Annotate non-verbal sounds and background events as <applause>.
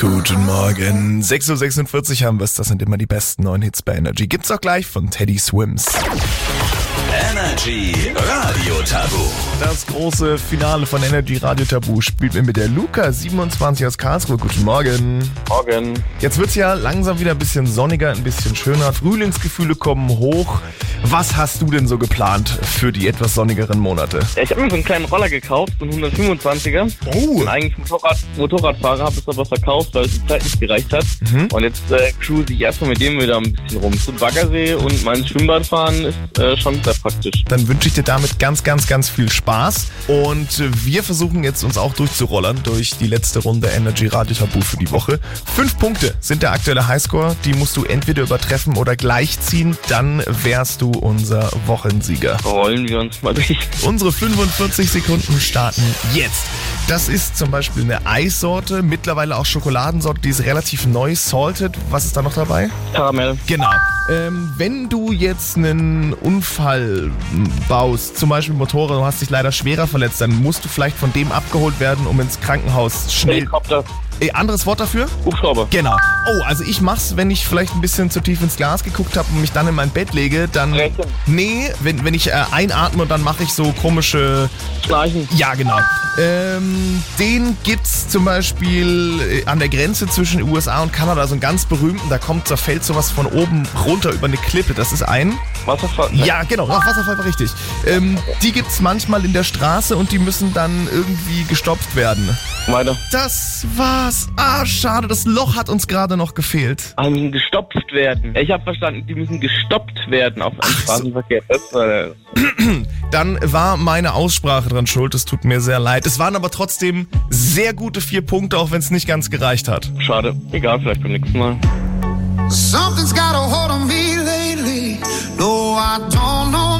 Guten Morgen. 6.46 Uhr haben wir es. Das sind immer die besten neuen Hits bei Energy. Gibt's auch gleich von Teddy Swims. Energy Radio Tabu. Das große Finale von Energy Radio Tabu spielt mit der Luca 27 aus Karlsruhe. Guten Morgen. Morgen. Jetzt wird's ja langsam wieder ein bisschen sonniger, ein bisschen schöner. Frühlingsgefühle kommen hoch. Was hast du denn so geplant für die etwas sonnigeren Monate? Ja, ich habe mir so einen kleinen Roller gekauft, so einen 125er. Oh, Bin eigentlich Motorrad, Motorradfahrer, habe es aber verkauft, weil es die Zeit nicht gereicht hat. Und jetzt äh, cruise ich erstmal mit dem wieder ein bisschen rum. Zum Baggersee und mein Schwimmbad fahren ist äh, schon sehr praktisch. dann wünsche ich dir damit ganz, ganz, ganz viel Spaß. Und äh, wir versuchen jetzt uns auch durchzurollern durch die letzte Runde Energy Radio Tabu für die Woche. Fünf Punkte sind der aktuelle Highscore. Die musst du entweder übertreffen oder gleichziehen. Dann wärst du unser Wochensieger. Rollen wir uns mal <laughs> durch. Unsere 45 Sekunden starten jetzt. Das ist zum Beispiel eine Eissorte, mittlerweile auch Schokoladensorte, die ist relativ neu, salted. Was ist da noch dabei? Karamell. Genau. Ähm, wenn du jetzt einen Unfall m, baust, zum Beispiel Motorrad, du hast dich leider schwerer verletzt, dann musst du vielleicht von dem abgeholt werden, um ins Krankenhaus schnell... Helikopter. Äh, anderes Wort dafür? Hubschrauber. Genau. Oh, also ich mach's, wenn ich vielleicht ein bisschen zu tief ins Glas geguckt habe und mich dann in mein Bett lege, dann... Brechen. Nee, wenn, wenn ich äh, einatme und dann mache ich so komische... Schnarchen. Ja, genau. Ähm, den gibt's zum Beispiel äh, an der Grenze zwischen USA und Kanada, so einen ganz berühmten, da kommt, da fällt sowas von oben runter über eine Klippe. Das ist ein. Wasserfall. Ja, genau, ach, Wasserfall war richtig. Ähm, die gibt's manchmal in der Straße und die müssen dann irgendwie gestopft werden. Weiter. Das war's. Ah, schade, das Loch hat uns gerade noch gefehlt. Ah, die müssen gestopft werden. Ich habe verstanden, die müssen gestoppt werden auf einem Straßenverkehr. Das war äh, der Dann war meine Aussprache dran schuld, es tut mir sehr leid. Es waren aber trotzdem sehr gute vier Punkte, auch wenn es nicht ganz gereicht hat. Schade. Egal, vielleicht beim nächsten Mal. Something's got a hold on me lately. No, I don't know